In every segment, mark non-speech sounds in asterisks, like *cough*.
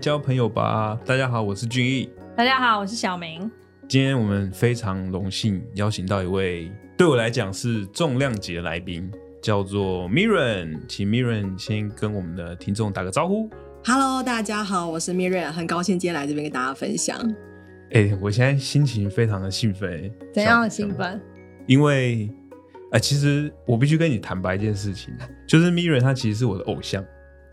交朋友吧！大家好，我是俊逸。大家好，我是小明。今天我们非常荣幸邀请到一位对我来讲是重量级的来宾，叫做 Mirren，请 Mirren 先跟我们的听众打个招呼。 Hello，大家好，我是 Mirren，很高兴今天来这边跟大家分享。哎、我现在心情非常的兴奋、怎样的小兴？奋？因为，哎、其实我必须跟你坦白一件事情，就是 Mirren 他其实是我的偶像。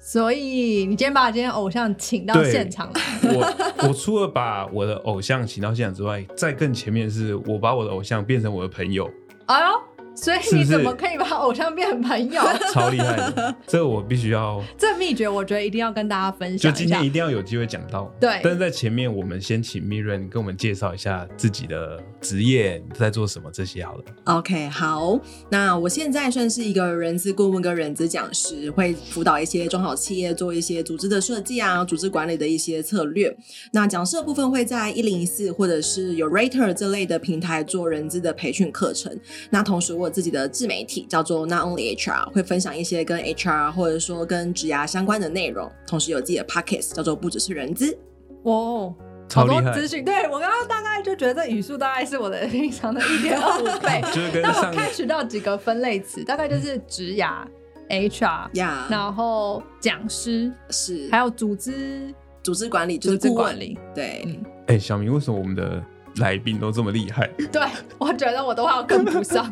所以你今天把今天偶像请到对现场来，我 *laughs* 我除了把我的偶像请到现场之外，在更前面是我把我的偶像变成我的朋友，哎呦，所以是不你是怎么可以把偶像变成 *laughs* 朋友？超厉害的。这个我必须要，这秘诀我觉得一定要跟大家分就享一今下天。一定要有机会讲到。对但是在前面我们先请 Mirren 跟我们介绍一下自己的职业在做什么这些好了。 OK，好，那我现在算是一个人资顾问跟人资讲师，会辅导一些中小企业做一些组织的设计啊、组织管理的一些策略。那讲师的部分会在一零一四或者是有 Rater 这类的平台做人资的培训课程。那同时我有自己的自媒体叫做 Not Only HR，会分享一些跟 HR 或者说跟职涯相关的内容，同时有自己的 Pockets 叫做不只是人资。哦，超好厉多害资讯。对我刚刚大概就觉得这语速大概是我的平常的一点二五倍 *laughs* 。就是跟那上我 catch 到几个分类词，大概就是职涯、HR，呀、然后讲师，是还有组织组织管理就是组织顾管问理，对。嗯哎、小明，为什么我们的来宾都这么厉害？ *laughs* 对，我觉得我都要跟不上。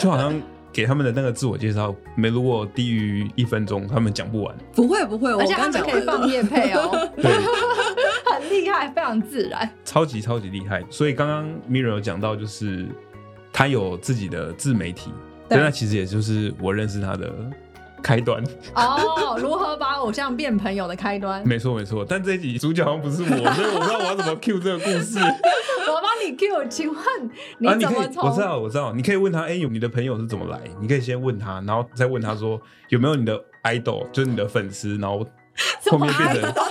就好像给他们的那个自我介绍，没如果低于一分钟，他们讲不完。不会不会，我而且他刚们讲可以完放了。夜配哦，对， *laughs* 很厉害，非常自然。超级超级厉害。所以刚刚 Mirren 有讲到，就是他有自己的自媒体，对但那其实也就是我认识他的开端。哦，如何把偶像变朋友的开端，没错没错，但这一集主角好像不是我，所以我不知道我要怎么 cue 这个故事。啊，我帮你 Q，请问你怎可么以，从？我知道我知道，你可以问他，哎、有你的朋友是怎么来？你可以先问他，然后再问他说有没有你的 idol，就是你的粉丝，然后后面变成。 *laughs*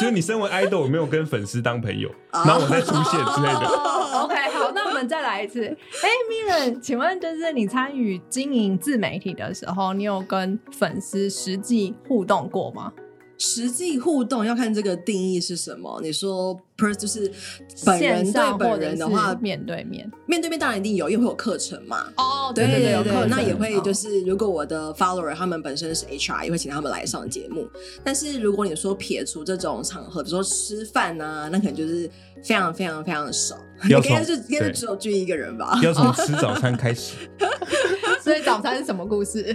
就是你身为 idol 有没有跟粉丝当朋友，然后我再出现之类 *laughs* 的。哦 OK，好，那我们再来一次。哎，Mirren，请问就是你参与经营自媒体的时候，你有跟粉丝实际互动过吗？ *laughs* 实际互动要看这个定义是什么。你说 per 就是本人线对上或本者人是的话，面对面。面对面当然一定有，因为会有课程嘛。哦，对对对有对可能那也会就哦是，如果我的 follower 他们本身是 HR，也会请他们来上节目。但是如果你说撇除这种场合，比如说吃饭啊，那可能就是非常非常非常少。要 *laughs* 应该从是应该对是只有聚一个人吧。要从吃早餐开始， *laughs* 所以早餐是什么故事？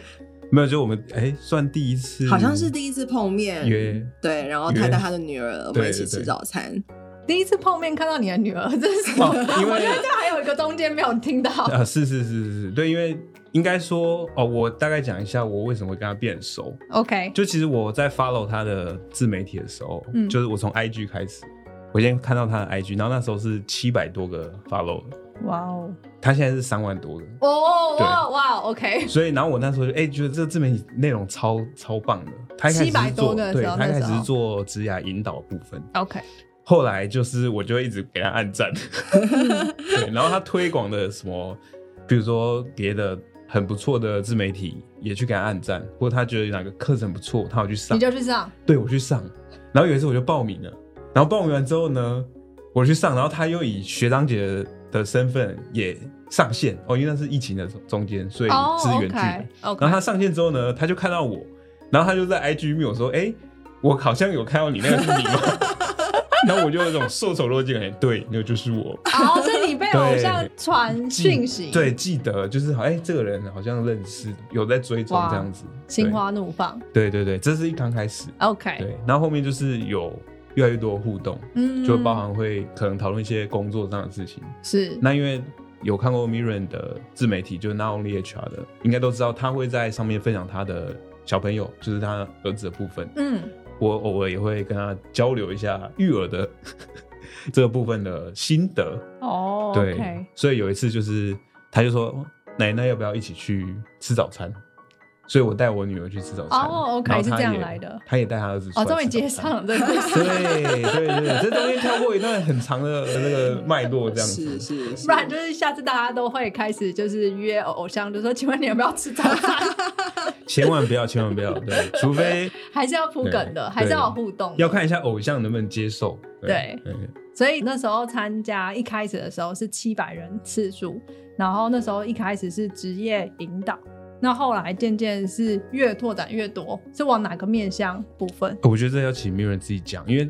没有，就我们哎、算第一次，好像是第一次碰面，约。对，然后约他带他的女儿，我们一对起对吃对早餐。第一次碰面看到你的女儿，这是什么？哦因为 *laughs* 我觉得这还有一个中间没有听到。啊，是是是是是，对，因为应该说哦，我大概讲一下我为什么会跟他变熟。 OK，就其实我在 follow 他的自媒体的时候，嗯就是我从 IG 开始，我先看到他的 IG，然后那时候是七百多个 follow，哇哦，他现在是三万多个。哦对哇哇，OK，所以，然后我那时候就哎、觉得这个自媒体内容超超棒的。他一开始是700做多个的对，时候他一那开时始候是做职涯引导部分， OK，后来就是我就会一直给他按赞， *laughs* 对，然后他推广的什么，比如说别的很不错的自媒体也去给他按赞，或者他觉得哪个课程不错，他有去上你，就去上，对我去上，然后有一次我就报名了，然后报名完之后呢，我去上，然后他又以学长姐的身份也上线哦，因为那是疫情的中间，所以哦资源距离。 ，OK，OK，然后他上线之后呢，他就看到我，然后他就在 IG 密我说：“哎、我好像有看到你那个是你吗？” *laughs* 然后我就有一种受宠若惊，哎，对，那个就是我。哦，所以你被偶像对传讯息，记对，记得就是好，哎、这个人好像认识，有在追踪哇这样子。心花怒放对对对，这是一刚开始。 ，OK，对，然后后面就是有越来越多的互动，嗯就包含会可能讨论一些工作上的事情。是那因为有看过 Mirren 的自媒体，就是 Not Only HR 的，应该都知道他会在上面分享他的小朋友，就是他儿子的部分。嗯，我偶尔也会跟他交流一下育儿的 *laughs* 这个部分的心得。哦对，OK，所以有一次就是他就说哦奶奶要不要一起去吃早餐？所以我带我女儿去吃早餐。哦，OK，然后是他这样也来的他也带他儿子去。哦，终于接上。了这个故 *laughs* 事，对对对，这中间跳过一段很长的那个脉络，这样子。是是是，不然就是下次大家都会开始就是约偶像，就说请问你要不要吃早餐？ *laughs* 千万不要，千万不要，对，除非还是要铺梗的，还是要有互动的。要看一下偶像能不能接受。对，所以那时候参加一开始的时候是七百人次数，然后那时候一开始是职业引导，那后来渐渐是越拓展越多，是往哪个面向部分？我觉得这要请 Mirren 自己讲，因为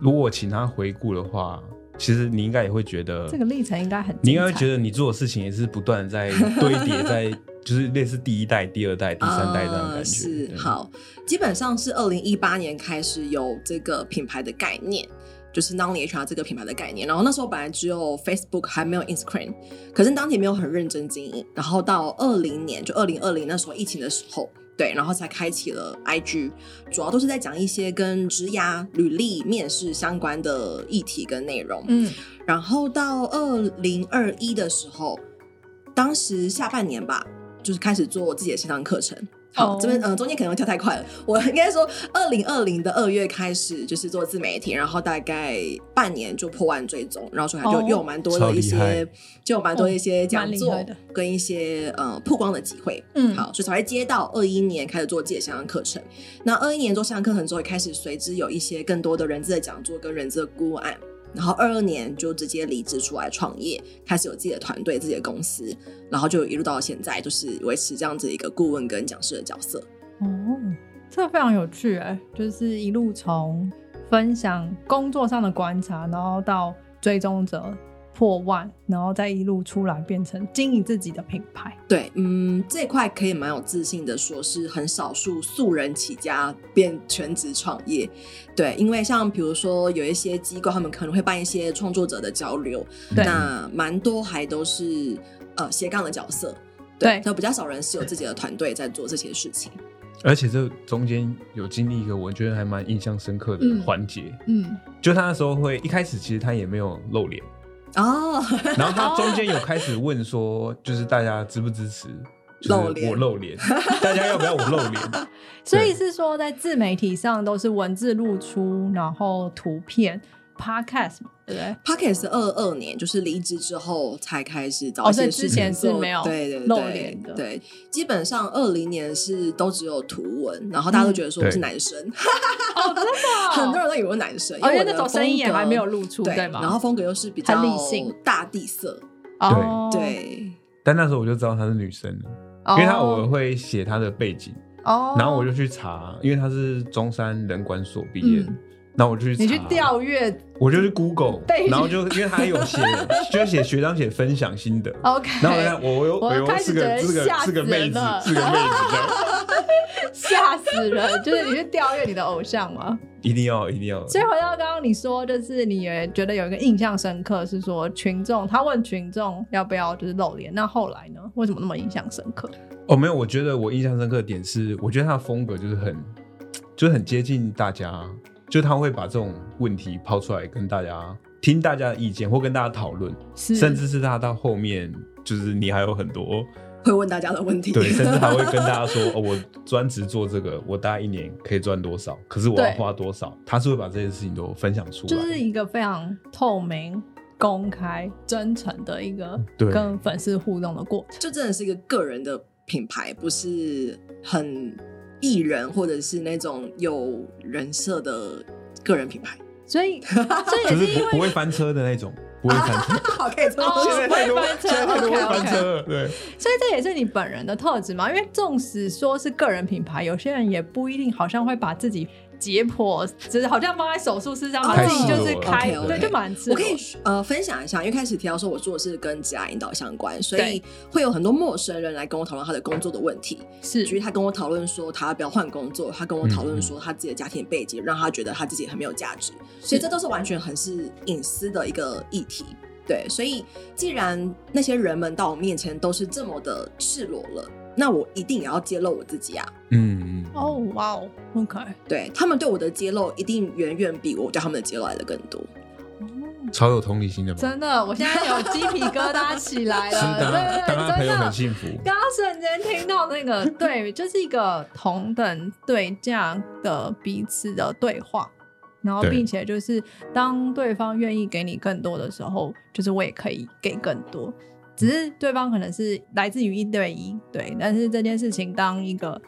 如果请他回顾的话，其实你应该也会觉得这个历程应该很精彩，你应该会觉得你做的事情也是不断地在堆叠，在就是类似第一代、第二代、第三代这样的感啊、觉。是对，好，基本上是二零一八年开始有这个品牌的概念。就是 Nonly HR 这个品牌的概念，然后那时候本来只有 Facebook 还没有 Instagram，可是当年没有很认真经营，然后到二零年就二零二零那时候疫情的时候，对，然后才开启了 IG，主要都是在讲一些跟职涯、履历、面试相关的议题跟内容。嗯，然后到二零二一的时候，当时下半年吧，就是开始做我自己的线上课程。好哦这边呃中间可能会跳太快了，我 *laughs* 应该说二零二零的二月开始就是做自媒体，然后大概半年就破万追踪，然后所以它就哦又有蛮多的一超厉害些，就有蛮多的一些讲哦座蛮厉害的跟一些呃曝光的机会。嗯好，所以才会接到二一年开始做自己的线上课程。那二一年做线上课程之后，也开始随之有一些更多的人资的讲座跟人资的顾问案。然后二二年就直接离职出来创业，开始有自己的团队、自己的公司，然后就一路到现在，就是维持这样子一个顾问跟讲师的角色。哦，这非常有趣哎、就是一路从分享工作上的观察，然后到追踪者破万，然后再一路出来变成经营自己的品牌。对，嗯，这一块可以蛮有自信的说，是很少数素人起家变全职创业。对，因为像比如说有一些机构，他们可能会办一些创作者的交流，嗯对那蛮多还都是呃斜杠的角色。对就比较少人是有自己的团队在做这些事情。而且这中间有经历一个我觉得还蛮印象深刻的嗯环节，嗯，就他那时候会一开始其实他也没有露 *laughs* 脸，哦，然后他中间有开始问说，就是大家支不支持就是露脸我露脸，大家要不要我露 *laughs* 脸？所以是说在自媒体上都是文字露出，然后图片、podcast 嘛，对不对？ Pocket 是二二年，就是离职之后才开始找哦一些所以事之情前做，是没有对对对露脸的对，基本上二零年是都只有图文，然后大家都觉得说我是嗯对男生，哦，真的哦、很多人都以为我男生，哦，因为我那的种声音也风格还没有露出，对吗？然后风格又是比较很理性大地色，哦，对，但那时候我就知道她是女生了，哦，因为她偶尔会写她的背景，哦，然后我就去查，因为她是中山人管所毕业的嗯，那我就去查你去调阅我就去 Google，背景然后就因为她有 *laughs* 写，就写学长写分享心得。 ，OK，然后我啊看我有哦我有开始是个觉得是个吓是个死妹人子了，是个妹子这样， *laughs* 吓死人！就是你去调阅你的偶像嘛。一定要一定要。所以回到刚刚你说，就是你也觉得有一个印象深刻，是说群众他问群众要不要就是露脸，那后来呢？为什么那么印象深刻？哦，没有，我觉得我印象深刻的点是，我觉得他的风格就是很，就是很接近大家，就他会把这种问题抛出来跟大家听大家的意见，或跟大家讨论，是甚至是他到后面，就是你还有很多会问大家的问题，对，甚至还会跟大家 *laughs* 说，哦，我专职做这个，我大概一年可以赚多少，可是我要对花多少，他是会把这些事情都分享出来，就是一个非常透明、公开、真诚的一个嗯对跟粉丝互动的过程。就真的是一个个人的品牌，不是很艺人或者是那种有人设的个人品牌。*laughs* 所以，所以也就是是因不不为会翻车的那种，不会翻 *laughs* 车。好，可以这哦么现在太多不会翻，车现在太多会 OK，OK 翻车了，对。所以这也是你本人的特质嘛？因为纵使说是个人品牌，有些人也不一定好像会把自己解剖，只是好像放在手术室上，哦把自己就是开，太赤裸了对，就蛮赤我裸可以呃分享一下，因为开始提到说我做的是跟职涯引导相关，所以对会有很多陌生人来跟我讨论他的工作的问题。是举例，他跟我讨论说他要不要换工作，他跟我讨论说他自己的家庭背景，让他觉得他自己很没有价值。所以这都是完全很是隐私的一个议题。对，所以既然那些人们到我面前都是这么的赤裸了，那我一定也要揭露我自己啊。嗯，嗯哦，哇哦，OK，对他们对我的揭露，一定远远比我对他们的揭露来的更多。超有同理心的吧？真的，我现在有鸡皮疙瘩起来是了，当对他当他对对，朋友真很的。幸福，刚刚瞬间听到那 *laughs* 个，对，就是一个同等对价的彼此的对话，然后对并且就是当对方愿意给你更多的时候，就是我也可以给更多，只是对方可能是来自于一对一，对，但是这件事情当一个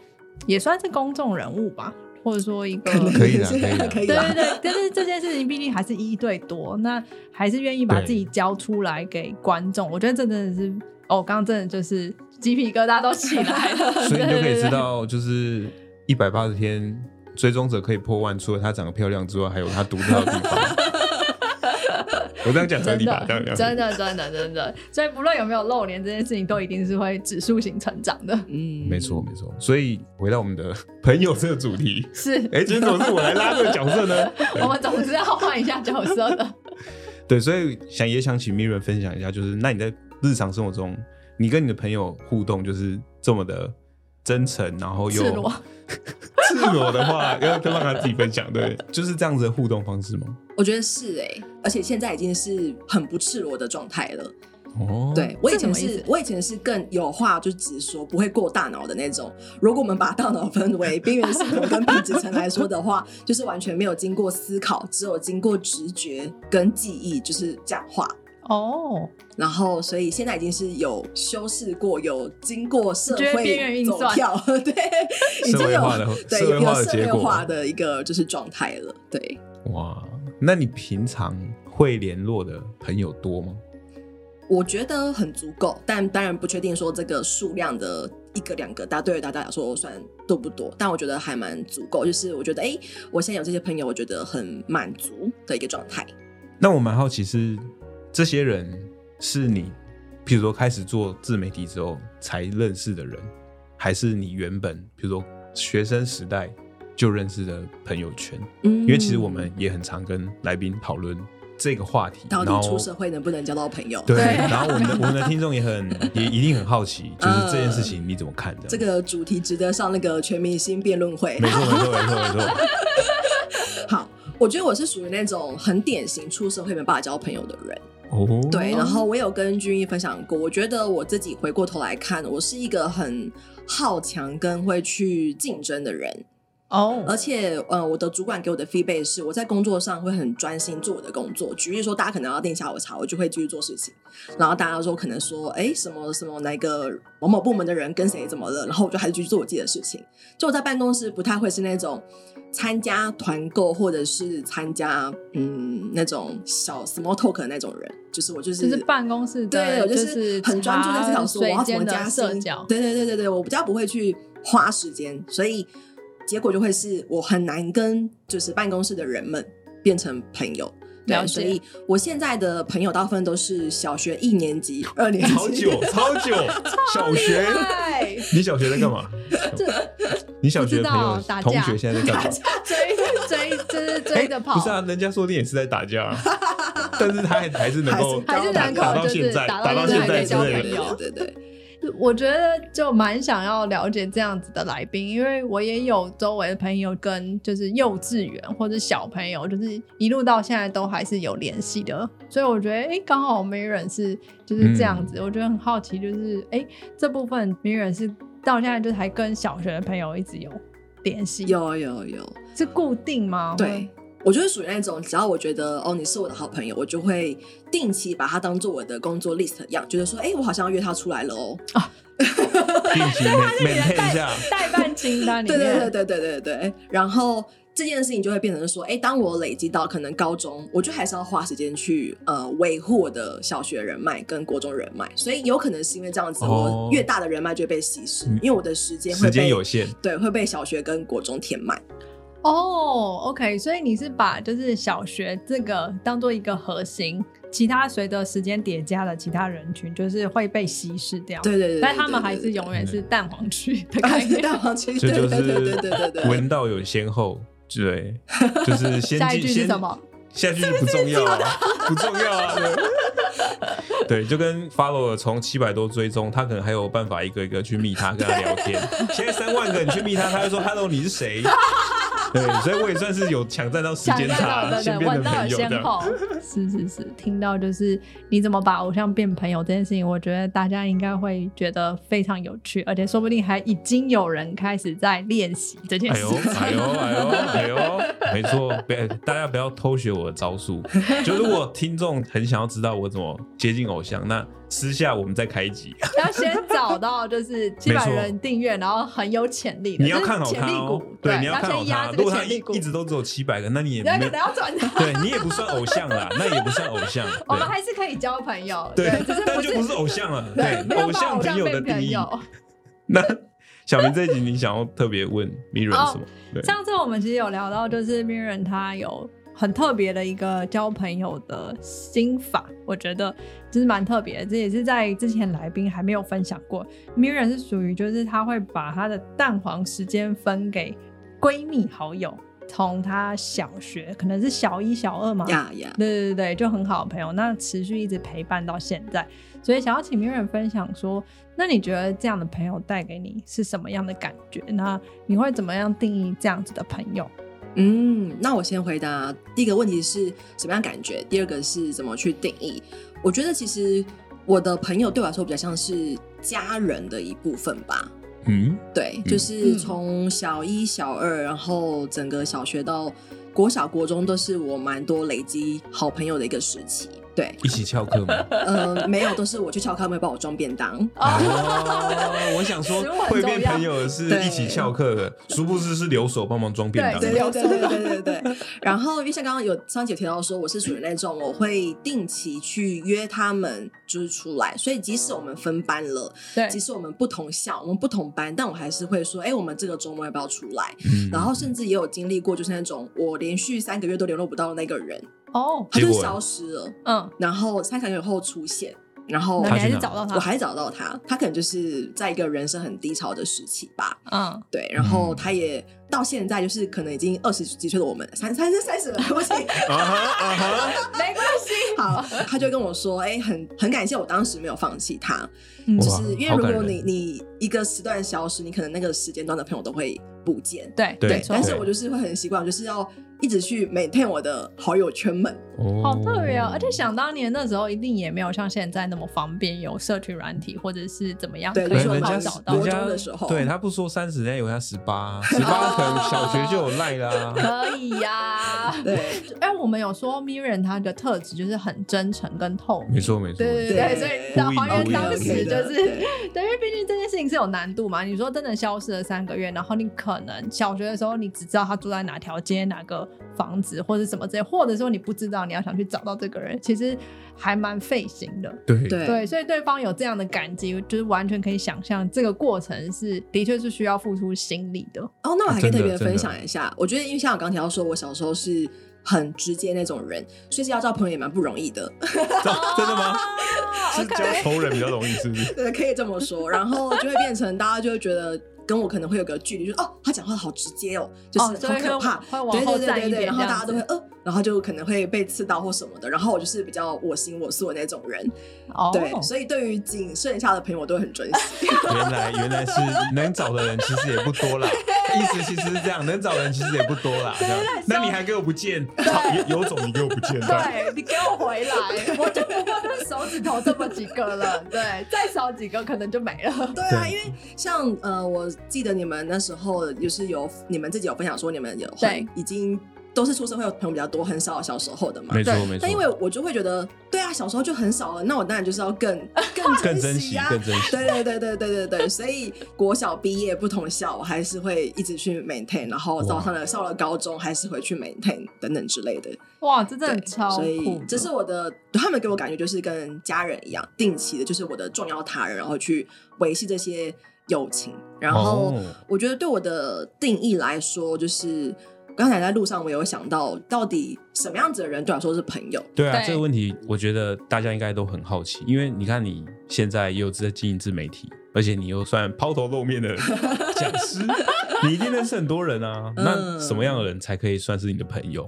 也算是公众人物吧，或者说一个可能 *laughs* 可以的是可以的嗯可以对对 *laughs* 的对，但是这件事情毕竟还是一对多，那还是愿意把对自己交出来给观众。我觉得这真的是，哦，刚刚真的就是鸡皮疙瘩都起来了。 *laughs* 所以你就可以知对对对道，就是一百八十天追踪者可以破万，除了她长得漂亮之外，还有她独特的 *laughs* 地方。我这样讲合真理吧的？，这样讲合真理。的，真的，真的，所以不论有没有露脸，这件事情都一定是会指数型成长的。嗯没错，。没错。所以回到我们的朋友这个主题，是，哎、今天怎么是我来拉这个角色呢？我们总是要换一下角色 *laughs* 的。对，所以想也想请 Mirren 分享一下，就是那你在日常生活中，你跟你的朋友互动就是这么的真诚，然后又赤裸 *laughs* 赤裸的话，要让他自己分享，对，就是这样子的互动方式吗？我觉得是哎、而且现在已经是很不赤裸的状态了。哦，对我以这什前么意是思，我以前是更有话就直说，不会过大脑的那种。如果我们把大脑分为边缘系统跟皮质层来说的话，就是完全没有经过思考，只有经过直觉跟记忆，就是讲话。哦，然后，所以现在已经是有修饰过，有经过社你觉得边缘会运走算跳， *laughs* 对，已社经会有化的对社会有化的社结会果化的一个就是状态了，对。哇，那你平常会联络的朋友多吗？我觉得很足够，但当然不确定说这个数量的一个两个，大家对于大家来说算多不多，但我觉得还蛮足够。就是我觉得，哎、我现在有这些朋友，我觉得很满足的一个状态。那我蛮好奇是这些人是你，譬如说开始做自媒体之后才认识的人，还是你原本譬如说学生时代就认识的朋友圈？嗯，因为其实我们也很常跟来宾讨论这个话题，嗯到然底后出社会能不能交到朋友？对，对然后我 *laughs* 们的我们的听众也很也一定很好奇，就是这件事情你怎么看的？嗯这个主题值得上那个全明星辩论会。没错没错没错没错，好，我觉得我是属于那种很典型出社会没办法交朋友的人。哦， *laughs* 对，然后我有跟君毅分享过，我觉得我自己回过头来看，我是一个很好强跟会去竞争的人。而哦，且，呃，我的主管给我的 feedback 是，我在工作上会很专心做我的工作。举例说，大家可能要订下午茶，我就会继续做事情。然后大家说可能说，哎，什么什么哪个某某部门的人跟谁怎么了，然后我就还是继续做我自己的事情。就我在办公室不太会是那种参加团购或者是参加嗯那种小 small talk 的那种人，就是我就是就是办公室的对我就就是很专注在这条说我茶水要怎么间的加社薪交对对对对对，我比较不会去花时间，所以结果就会是我很难跟就是办公室的人们变成朋友。了对，解所以我现在的朋友大部分都是小学一年级、二年级。超 *laughs* 久超久，小学对，你小学在干 *laughs* 嘛？你小学的朋友不知道 *laughs* 打同架学现在在干嘛？追追就是追着跑，不是啊，人家说不定也是在打架 *laughs* 啊，但是他还还是能够还是打能够打到就是现在，打到打到现现在在还可以之交类朋的。友对对对，我觉得就蛮想要了解这样子的来宾，因为我也有周围的朋友跟就是幼稚园或者小朋友，就是一路到现在都还是有联系的，所以我觉得哎，诶刚、好没人是就是这样嗯子，我觉得很好奇，就是哎、诶这部分没人是到现在就是还跟小学的朋友一直有联系，有有有，是固定吗？对。我就是属于那种，只要我觉得哦，你是我的好朋友，我就会定期把他当做我的工作 list 一样，觉得说，哎、我好像要约他出来了哦，定 *laughs* 期 maintain 一下，或者代办清单里 *laughs* 对面，对对对对对对。然后这件事情就会变成说，哎，当我累积到可能高中，我就还是要花时间去呃维护我的小学人脉跟国中人脉，所以有可能是因为这样子，哦我越大的人脉就会被稀释，嗯因为我的时间会时间被有限，对会被小学跟国中填满。哦、o k 所以你是把就是小学这个当做一个核心，其他随着时间叠加的其他人群，就是会被稀释掉。对对对对但他们还是永远是蛋黄区啊的概念。大黄区，这对就对对对是对对对对。闻道有先后，对，就是先下进一句是先什么？下一句不重要啊，不重要啊。对，对，就跟 follower 从七百多追踪，他可能还有办法一个一个去密他，跟他聊天。现在三万个，你去密他，他会说 “hello，你是谁？”对，所以我也算是有抢占到时想间到差，的，先对，变闻成到朋友有这 *laughs* 先样。后，是是是，听到就是你怎么把偶像变朋友这件事情，我觉得大家应该会觉得非常有趣，而且说不定还已经有人开始在练习这件哎事呦情。哎呦哎呦哎呦，没错，别大家不要偷学我的招数。就如果听众很想要知道我怎么接近偶像，那私下我们再开一集。 *laughs* 要先找到就是几百人订阅，然后很有潜力的，你要看就好是潜他力哦股，，对，你要看好先他压。如这果个他潜一力股，一直都只有七百个，那你也你要没可能要转台，对你也不算偶像啦，那也不算偶像。 *laughs* 我们对还是可以交朋友，对只是，但不就是不是偶像了。不对，要偶把像偶朋像友的变定朋义。友。那小明这一集你想要特别问哦 Mirren 什么？对，上次我们其实有聊到，就是 Mirren 他有很特别的一个交朋友的心法，我觉得就是蛮特别的。这也是在之前来宾还没有分享过。Mirren 是属于就是他会把他的蛋黄时间分给闺蜜好友，从他小学可能是小一小二嘛，呀呀，对对对对，就很好的朋友，那持续一直陪伴到现在。所以想要请明远分享说，那你觉得这样的朋友带给你是什么样的感觉？那你会怎么样定义这样子的朋友？嗯，那我先回答第一个问题是什么样感觉，第二个是怎么去定义。我觉得其实我的朋友对我来说比较像是家人的一部分吧。嗯，对，嗯就是嗯从小一、小二，然后整个小学到国小、国中，都是我蛮多累积好朋友的一个时期。对，一起翘课吗？呃，没有，都是我去敲他们帮我装便当。哦，我想说食物很重要会变朋友的是一起翘课的，殊不知是留守帮忙装便当对的。对对对对对对对。然后，因为像刚刚有上姐提到说，我是属于那种我会定期去约他们就是出来，所以即使我们分班了，对即使我们不同校，我们不同班，但我还是会说，哎、我们这个周末要不要出来？嗯然后甚至也有经历过，就是那种我连续三个月都联络不到的那个人，哦，他就结果消失了，嗯，然后三个月后出现，然后那你他去还是哪找到我他，还找到他，他可能就是在一个人生很低潮的时期吧，嗯， *laughs* 对，然后嗯他也到现在就是可能已经二十几岁的我们，三三三十了，对 *laughs* 不起，啊哈啊哈，没关系，好，他就跟我说，哎、很很感谢我当时没有放弃他，嗯就哇是因为好如感果你人你一个时段消失，你可能那个时间段的朋友都会不见。对对没对，错但是我就是会很习惯，我就是要一直去 maintain 我的好友圈们。哦好特别哦！而且想当年那时候一定也没有像现在那么方便，有社群软体或者是怎么样，对可没以有就是很人好家找到人国。家中的时候对他不说三十，人家以为他十八，十八可能小学就有赖啦。可以呀、 *laughs* *laughs* 对，哎、我们有说 Mirren 他的特质就是很真诚跟透明，没错没错，对对对，对所以你知道呼应还呼原应当时就对是对。对，因为毕竟这件事情是有难度嘛。你说真的消失了三个月，然后你可能小学的时候你只知道他住在哪条街、哪个房子或者什么之类，或者说你不知道，你要想去找到这个人，其实还蛮费心的。对对对，所以对方有这样的感激，就是完全可以想象这个过程是的确是需要付出心力的。哦，那我还可以真的特真别的分享一下，我觉得因为像我刚提到说，我小时候是很直接那种人，所以是要交朋友也蛮不容易的。真真的吗？是交 OK 仇人比较容易，是不是？对，可以这么说。然后就会变成大家就会觉得跟我可能会有个距离，就是哦，他讲话好直接哦，就是哦，所好以可会怕。会往对后对对站对一对，点，然后大家都会这样子呃，然后就可能会被刺到或什么的。然后我就是比较我行我素的那种人，哦，对，所以对于仅剩下的朋友，我都会很珍 *laughs* 惜。啊原来原来是能找的人其实也不多 *laughs* 啦，意思其实是这样，能找的人其实也不多啦。啊这样那你还给我不见，有有种你给我不见，这样对你给我回来，我就不过就 *laughs* 手指头这么几个了，对，再少几个可能就没了。对啊，对因为像呃，我记得你们那时候就是有你们自己有分享说，你们有对已经都是出社会的朋友比较多，很少小时候的嘛。没对错没错但因。为我就会觉得，对啊，小时候就很少了，那我当然就是要 *laughs* 更更更珍惜惜啊，更珍惜对对对对对对对，所以国小毕业不同校，我还是会一直去 maintain，然后到哇上了上了高中还是会去 maintain 等等之类的。哇，这真的对超所以酷的，这是我的，他们给我感觉就是跟家人一样，定期的，就是我的重要他人，然后去维系这些友情。然后哦我觉得对我的定义来说，就是刚才在路上我有想到，到底什么样子的人对我来说是朋友？对啊，对这个问题我觉得大家应该都很好奇，因为你看你现在也有在经营自媒体，而且你又算抛头露面 *laughs* 的讲师，你一定认识很多人啊。嗯那什么样的人才可以算是你的朋友？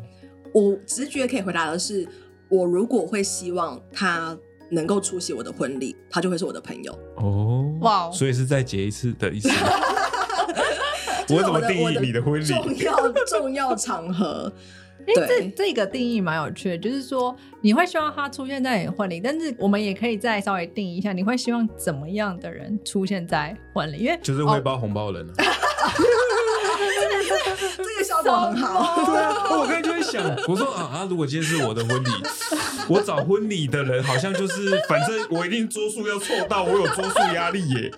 我直觉可以回答的是，我如果会希望他能够出席我的婚礼，他就会是我的朋友。哦，哇哦所以是再结一次的 *laughs* 意思吗。哎这我是怎我么的定我义你的婚礼？重要重要场合，哎，这对这个定义蛮有趣的，就是说你会希望他出现在你的婚礼，但是我们也可以再稍微定义一下，你会希望怎么样的人出现在婚礼？因为就是会包红包的人啊，这个 *laughs* 这个效果很好。*laughs* 哦对啊，我刚才就在想，我说啊啊，如果今天是我的婚 *laughs* 礼，我找婚礼的人好像就是，反正我一定桌数要凑到，我有桌数压力耶。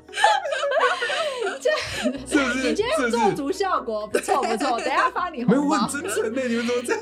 *laughs* 是不你是？今天是有不做是？足效果，不错不错。等一下发你没有，红我包很。真诚的，你们怎么这样？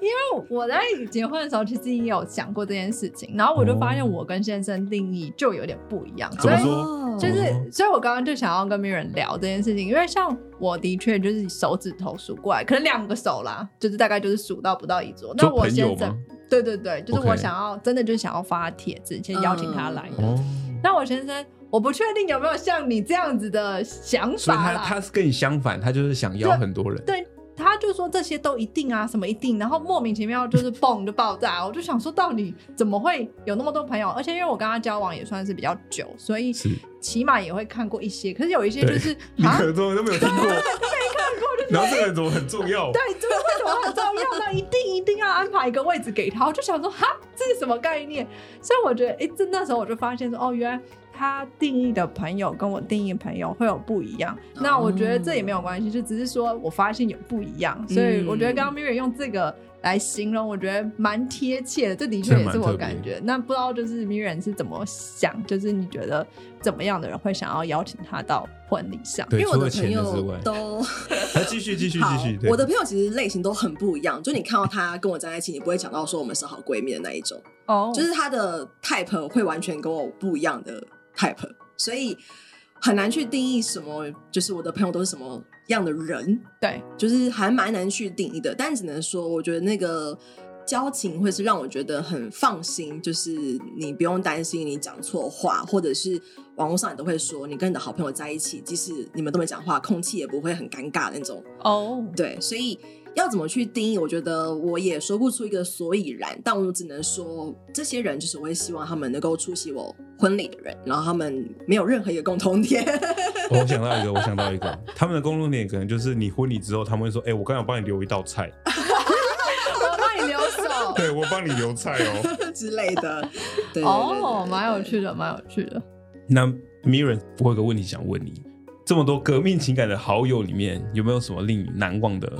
因为我在结婚的时候，其实也有想过这件事情，然后我就发哦现我跟先生定义就有点不一样， *laughs* 怎所么以说嗯就哦是，所以我刚刚就想要跟别人聊这件事情，因为像我的确就是手指头数过来，可能两个手啦，就是大概就是数到不到一桌。做那我朋友先吗生，对对对，就是 OK 我想要真的就是想要发帖子，先邀请他来的。嗯哦，那我先生，我不确定有没有像你这样子的想所以法他啦。他是跟你相反，他就是想邀很多人。对，他就说这些都一定啊，什么一定，然后莫名其妙就是蹦就爆炸，我就想说到底怎么会有那么多朋友？而且因为我跟他交往也算是比较久，所以是起码也会看过一些，可是有一些就是你啊可，能都都没有听过，然后这个人怎么很重要？对，这个为什么很重要？那一定一定要安排一个位置给他。我就想说，哈，这是什么概念？所以我觉得，哎，这那时候我就发现说，哦，原来他定义的朋友跟我定义的朋友会有不一样。那我觉得这也没有关系，就只是说我发现有不一样，所以我觉得刚刚 Miri 用这个。来形嗯容，我觉得蛮贴切的，这的确也是我感觉。嗯那不知道就是 Miriam 是怎么想，就是你觉得怎么样的人会想要邀请他到婚礼上？对，因为我除的了朋钱的之友外，都 *laughs* 他继续继续好继续。，对我的朋友其实类型都很不一样。就你看到她跟我站在一起，你不会想到说我们是好闺蜜的那一种。哦就是她的 type 会完全跟我不一样的 type，所以很难去定义什么，就是我的朋友都是什么样的人，对，就是还蛮难去定义的。但只能说，我觉得那个交情会是让我觉得很放心，就是你不用担心你讲错话，或者是网络上也都会说，你跟你的好朋友在一起，即使你们都没讲话，空气也不会很尴尬那种。哦，对，所以要怎么去定义？我觉得我也说不出一个所以然，但我只能说，这些人就是我会希望他们能够出席我婚礼的人，然后他们没有任何一个共同点。 *laughs* 哦我想到一个，我想到一个，他们的公众点可能就是你婚礼之后，他们会说：“哎、我刚好帮你留一道菜， *laughs* 我帮你留手。对我帮你留菜哦。之类的，对哦，蛮有趣的。的，蛮有趣的。” *laughs* 那 Mirren，我有个问题想问你：这么多革命情感的好友里面，有没有什么令你难忘的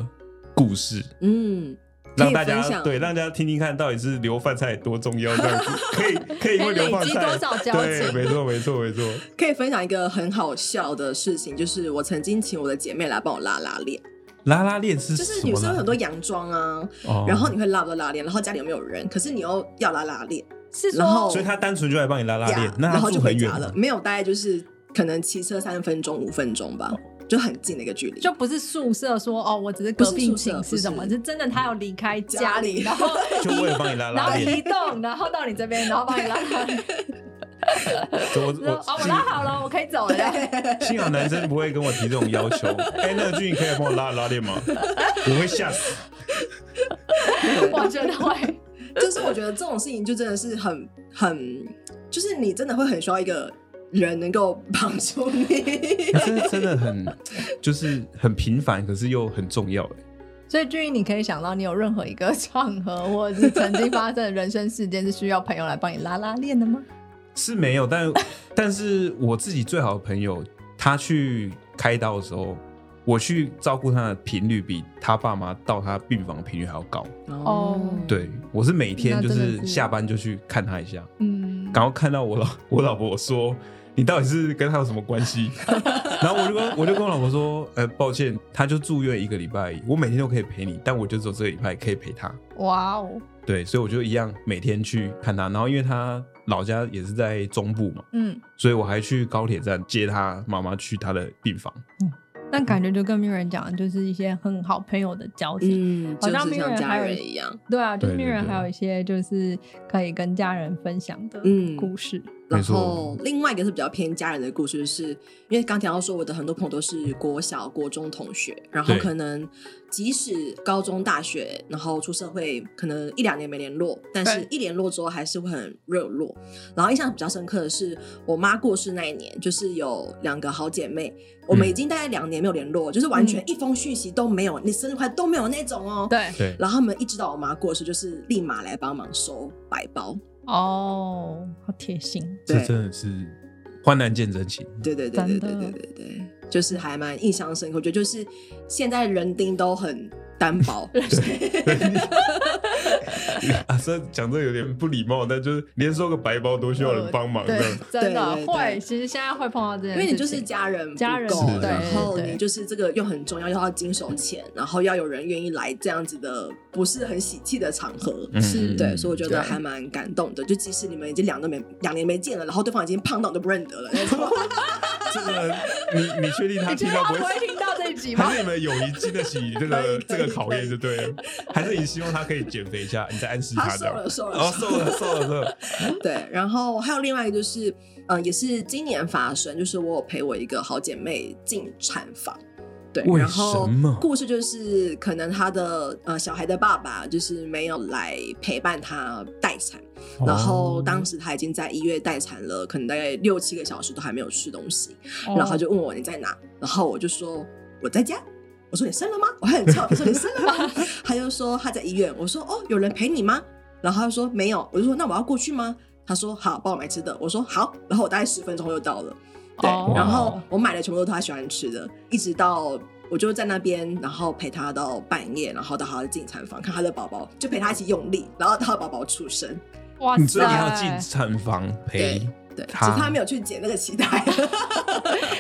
故事？嗯，可让以大家分享对让大家听听看，到底是留饭菜多重要？这样子可以可以因哎为留饭菜交对，没错没错没错。可以分享一个很好笑的事情，就是我曾经请我的姐妹来帮我拉拉链，拉拉链是就是什女么生有拉很多洋装啊，哦然后你会拉不到拉链，然后家里有没有人，可是你又要拉拉链，是然后说所以他单纯就来帮你拉拉链呀，那然他后就住回很远家吗了，没有，大概就是可能骑车三分钟、五分钟哦吧，就很近的一个距离。就不是宿舍说哦，我只是不隔是壁宿舍寝不室是什么，是真的他有离开家里，家然里后 *laughs* 就为了帮你拉然拉后移链。动，然后到你这边，然后帮你拉拉链，我说哦，我拉好了，我可以走了。幸好男生不会跟我提这种要 *laughs* 求。哎、那个俊，你可以帮我拉拉链吗？我会吓死。 *laughs* 我觉得会，就是我觉得这种事情就真的是很很，就是你真的会很需要一个人能够帮助你。真的真的很，就是很平凡，可是又很重要。欸所以俊逸，你可以想到你有任何一个场合或者是曾经发生的人生事件是需要朋友来帮你拉拉链的吗？是没有，但但是我自己最好的朋友，他去开刀的时候，我去照顾他的频率比他爸妈到他病房的频率还要高。哦对我是每天那就真的是是下班就去看他一下，嗯，然后看到我老 *laughs* 我老婆说：“你到底是跟他有什么关系？” *laughs* 然后我就跟我就跟我老婆说：“呃，抱歉，他就住院一个礼拜，我每天都可以陪你，但我就只有这个礼拜可以陪他。哇哦，”对，所以我就一样每天去看他。然后因为他老家也是在中部嘛，嗯，所以我还去高铁站接他妈妈去他的病房。但感觉就跟 Mirren 讲的，就是一些很好朋友的交集。嗯，好就像是没有像人家还有人人一样。对啊，就是对对 Mirren 对还有一些就是可以跟家人分享的嗯故事。没然错后另外一个是比较偏家人的故事，就是因为刚提到说我的很多朋友都是国小、国中同学，然后对可能即使高中、大学，然后出社会，可能一两年没联络，但是对一联络之后还是会很热络。然后印象比较深刻的是，我妈过世那一年，就是有两个好姐妹，我们嗯已经大概两年没有联络，就是完全嗯一封讯息都没有，你生日快乐都没有那种哦。对，对，然后他们一知道我妈过世，就是立马来帮忙收百包。哦，好贴心。这对真的是患难见真情。 *laughs* 对对对对真对的对对对。就是还蛮印象深刻。我觉得就是现在人丁都很单 *laughs* 薄，啊，这讲这有点不礼貌，但就是连收个白包都需要人帮忙这呃对样。，真的对对对会，其实现在会碰到这件因事情，为你就是家人不够，家人不够然后对对你就是这个又很重要，又要经手钱，然后要有人愿意来这样子的不是很喜气的场合。嗯是对，所以我觉对得还蛮感动的。就即使你们已经两都没两年没见了，然后对方已经胖到你都不 *laughs* 认得了，那种这个你你确定他你觉听得到他不不会？会听到这一集吗还？是你们友谊经得起这可个以可以这 *laughs* 个考验就对了，还是你希望他可以减肥一下，你再暗示他他瘦这样了，。瘦了，哦，瘦了，瘦了，瘦了。对，然后还有另外一个就是，嗯、也是今年发生，就是我有陪我一个好姐妹进产房。对，为然后什么故事就是可能她的呃小孩的爸爸就是没有来陪伴她待产，哦然后哦当时她已经在医院待产了，可能大概六七个小时都还没有吃东西，然后她就问我你在哪，然后我就说我在家。我说你生了吗？我还很翘，我说你生了吗？ *laughs* 她就说她在医院。我说哦，有人陪你吗？然后他说没有，我就说那我要过去吗？他说好，帮我买吃的。我说好，然后我大概十分钟后就到了，对，哦然后我买的全部都是他喜欢吃的，一直到我就在那边，然后陪他到半夜，然后到他的进产房看他的宝宝，就陪他一起用力，然后到他宝宝出生，哇你最塞，后要进产房陪对，对，只他是他没有去剪那个脐带，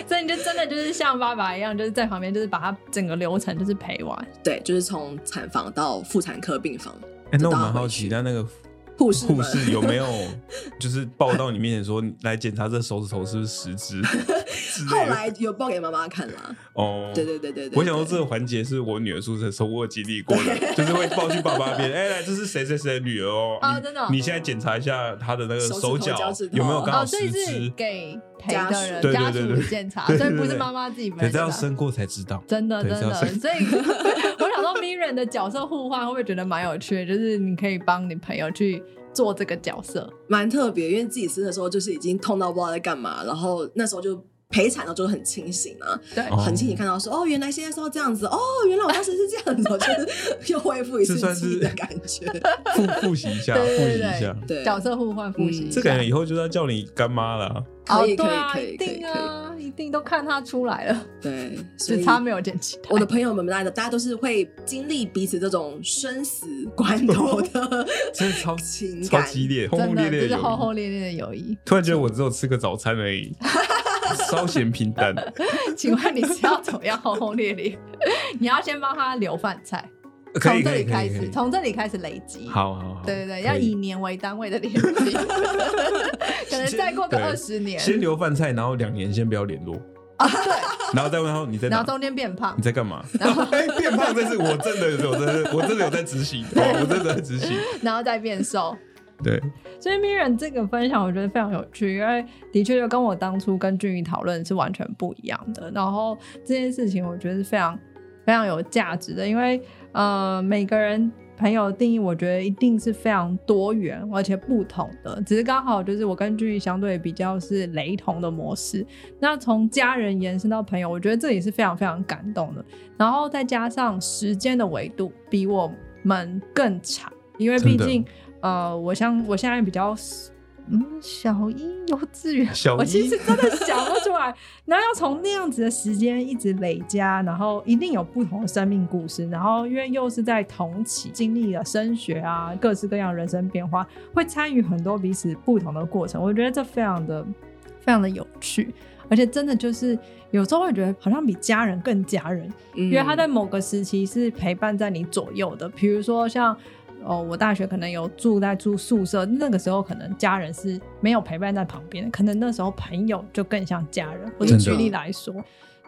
所以你就真的就是像爸爸一样，就是在旁边，就是把他整个流程就是陪完。 *laughs* 对，就是从产房到妇产科病房，哎，那我就蛮搭好回奇，去那那个护士护们士有没有 *laughs* 就是报到你面前说你来检查这手指头是不是十指？之类的 *laughs* 后来有报给妈妈看啦，哦，对对对对对，我想说对这个环节是我女儿出生的时候我有经历过 *laughs* 的，就是会抱去爸爸那边，哎，来这是谁谁谁的女儿哦，哦你真的哦你现在检查一下她的那个手指头脚脚趾头有没有刚好哦，所十以是指，给陪家的人属家对对属对对检查，对所以对不是对妈妈自己本对，人这要的。生过才知道。真的对真这的要生，所以 *laughs* 我想说名人的角色互换会不会觉得蛮有趣的？就是你可以帮你朋友去做这个角色，蛮特别，因为自己生的时候就是已经痛到不知道在干嘛，然后那时候就陪产的时候就很清醒啊，对，哦很清醒看到说哦，原来现在是要这样子，哦，原来我当时是这样子，*laughs* 哦就是又恢复一次这算是记忆的感觉。复哦复习一下，复 *laughs* 对对习对一下。对，角色互换复习一嗯下。这感觉以后就是要叫你干妈了 *laughs* 啊。可以哦可对啊，以一可以可以定可啊，一定都看他出来了，以，对，所只以差没有剪辑。我的朋友们，大家大家都是会经历彼此这种生死关 *laughs* 头的真的超情超感，激烈，轰真轰烈的烈就的是友谊轰轰烈烈的友谊。突然觉得我只有吃个早餐而 *laughs* 已，稍显平淡。请问你是要怎么样轰轰烈烈？ *laughs* 你要先帮他留饭菜，可以从可这以里可开以可始，以，从这里开始累积。，好好好，对对对，可要以年为单位的累积， *laughs* 可能再过个对二十年，先留饭菜，然后两年先不要联络，啊对，然后再问他你在哪然后，中间变胖你，在干嘛？然后 *laughs* 哎，变胖这是我真的有，我真的我真的有在执行，哦我真的在执行。然后再变瘦。对， *laughs* 所以 Mirren 这个分享我觉得非常有趣，因为的确就跟我当初跟俊宇讨论是完全不一样的。然后这件事情我觉得是非常非常有价值的，因为呃每个人朋友的定义，我觉得一定是非常多元而且不同的，只是刚好就是我跟俊宇相对比较是雷同的模式。那从家人延伸到朋友，我觉得这也是非常非常感动的。然后再加上时间的维度比我们更长，因为真毕的竟。呃，我像我现在比较，嗯，小一幼稚园，小我其一实真的想不出来。然后要从那样子的时间一直累加，然后一定有不同的生命故事。然后因为又是在同期经历了升学啊，各式各样的人生变化，会参与很多彼此不同的过程。我觉得这非常的非常的有趣。而且真的就是，有时候会觉得好像比家人更家人，因因为嗯他在某个时期是陪伴在你左右的。比如说像哦，我大学可能有住在住宿舍，那个时候可能家人是没有陪伴在旁边的，可能那时候朋友就更像家人。我就真的举例来说，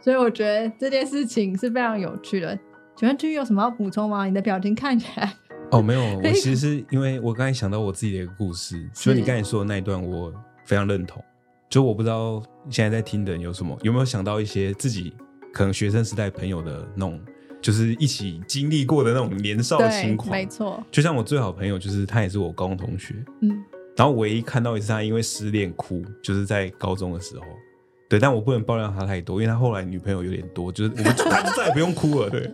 所以我觉得这件事情是非常有趣的。请问君有什么要补充吗？你的表情看起来哦，没有，我可以其实是因为我刚才想到我自己的一个故事，是所以你刚才说的那一段，我非常认同。就我不知道现在在听的人有什么，有没有想到一些自己可能学生时代朋友的那种，就是一起经历过的那种年少的对轻，狂。没错，就像我最好朋友，就是他也是我高中同学，嗯，然后唯一看到一次他因为失恋哭，就是在高中的时候。对，但我不能爆料他太多，因为他后来女朋友有点多，就是我们 *laughs* 他就再也不用哭了。 *laughs* 对，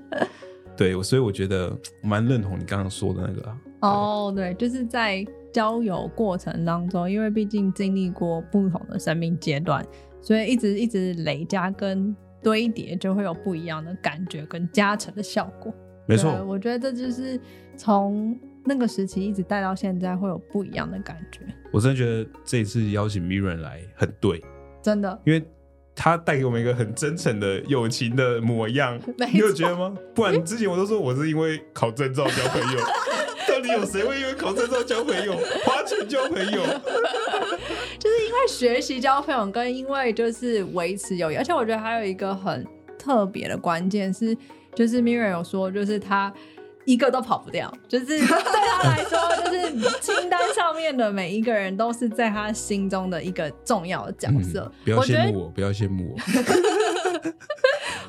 对，我所以我觉得我蛮认同你刚刚说的那个啊。哦，对，就是在交友过程当中，因为毕竟经历过不同的生命阶段，所以一直一直累加跟堆叠，就会有不一样的感觉跟加成的效果。没对啊错，我觉得这就是从那个时期一直带到现在，会有不一样的感觉，我真的觉得这一次邀请 Mirren 来很对，真的。因为他带给我们一个很真诚的友情的模样， *laughs* 没你有觉得吗？不然之前我都说我是因为考证照交 *laughs* 朋友，到底有谁会因为考证照交朋友，花钱交朋友？就是因为学习交朋友，跟因为就是维持友谊，而且我觉得还有一个很特别的关键是，就是 Mirren 有说，就是他一个都跑不掉，就是 *laughs* 对他来说，就是清单上面的每一个人都是在他心中的一个重要 *laughs* 的角色。嗯不要我觉羡得慕我，不要羡慕我。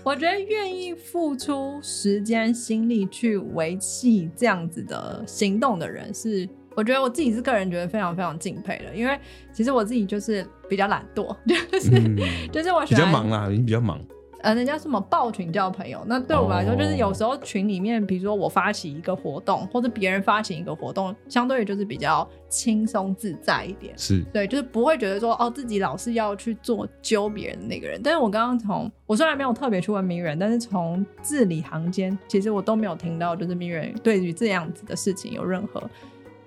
我觉得愿意付出时间心力去维系这样子的行动的人是。我觉得我自己是个人觉得非常非常敬佩的，因为其实我自己就是比较懒惰， *laughs* 就 *laughs* 是、嗯，就是我喜比较欢忙啦，你比较忙，呃，那叫什么抱群交朋友。那对我来说，就是有时候群里面，比如说我发起一个活动，或者别人发起一个活动，相对于就是比较轻松自在一点。是对，就是不会觉得说哦，自己老是要去做揪别人的那个人。但是我刚刚从我虽然没有特别去问名人，但是从字里行间，其实我都没有听到就是名人对于这样子的事情有任何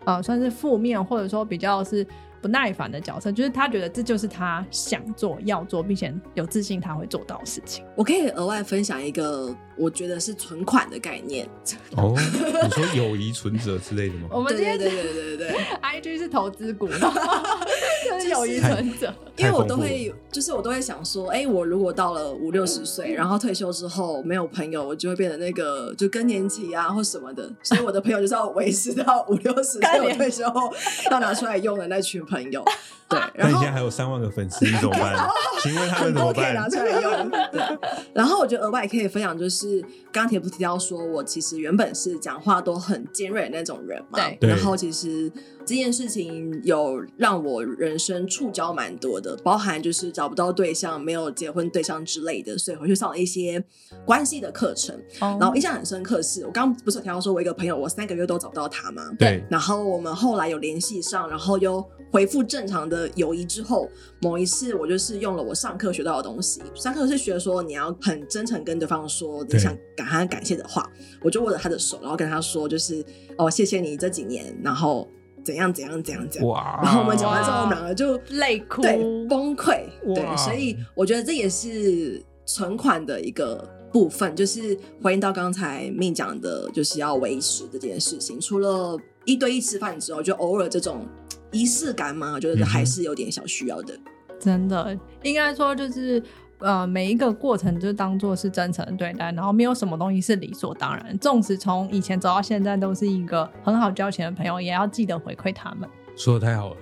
呃算是负面或者说比较是不耐烦的角色，就是他觉得这就是他想做要做，并且有自信他会做到的事情。我可以额外分享一个，我觉得是存款的概念。哦。你说友谊存折之类的吗？我们对今天对对对对对对。 IG 是投资股， *laughs* 就是友谊存折。因为我太丰富都会，就是我都会想说，哎、我如果到了五六十岁，然后退休之后没有朋友，我就会变得那个就更年期啊或什么的，所以我的朋友就是要维持到五六十干岁年我退休后要拿出来用的那群朋友。对，那然你后现在还有三万个粉丝，你怎么 *laughs* 办？请问他们很怎么 *laughs* 多可以办？拿出来用。对，然后我觉得额外可以分享，就是刚刚铁不提到说，我其实原本是讲话都很尖锐的那种人嘛。对对然后其实这件事情有让我人生触礁蛮多的，包含就是找不到对象、没有结婚对象之类的，所以回去上了一些关系的课程。然然后印象很深刻是，我刚刚不是有提到说我一个朋友，我三个月都找不到他吗？对，然后我们后来有联系上，然后又恢复正常的友谊之后，某一次我就是用了我上课学到的东西，上课是学说你要很真诚跟对方说你对想感他感谢的话，我就握着他的手，然后跟他说就是哦谢谢你这几年，然后怎样怎样怎样怎样，哇然后我们讲完之后，我们哇两个就泪哭，对崩溃，哦哇对，所以我觉得这也是存款的一个部分，就是回应到刚才命讲的，就是要维持这件事情。除了一对一吃饭之后，就偶尔这种仪式感嘛，我觉嗯得哼还是有点小需要的。真的应该说就是呃，每一个过程就当做是真诚的对待，然后没有什么东西是理所当然。纵使从以前走到现在，都是一个很好交情的朋友，也要记得回馈他们。 *laughs* 说的太好了。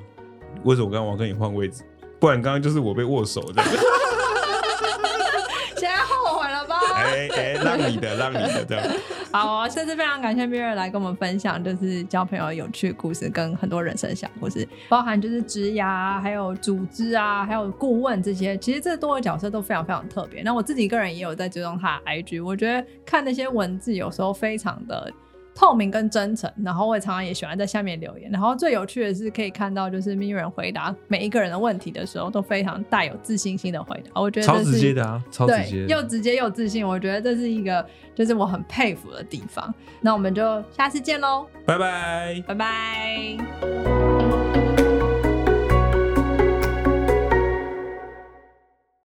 为什么我刚刚我要跟你换位置？不然刚刚就是我被握手 *laughs* 的。现在后悔了吧？哎哎，让你的，让你的，这样。 *laughs* 好、哦，这次非常感谢 Mirror 来跟我们分享，就是交朋友有趣的故事，跟很多人生小故事，包含就是职涯啊，还有组织啊，还有顾问这些，其实这多个角色都非常非常特别。那我自己个人也有在追踪他的 IG，我觉得看那些文字有时候非常的。透明跟真诚，然后我也常常也喜欢在下面留言。然后最有趣的是，可以看到就是 Mirren 回答每一个人的问题的时候，都非常带有自信心的回答。我觉得超这是直接的啊，超直接对，又直接又自信，我觉得这是一个就是我很佩服的地方。那我们就下次见喽，拜拜。拜拜。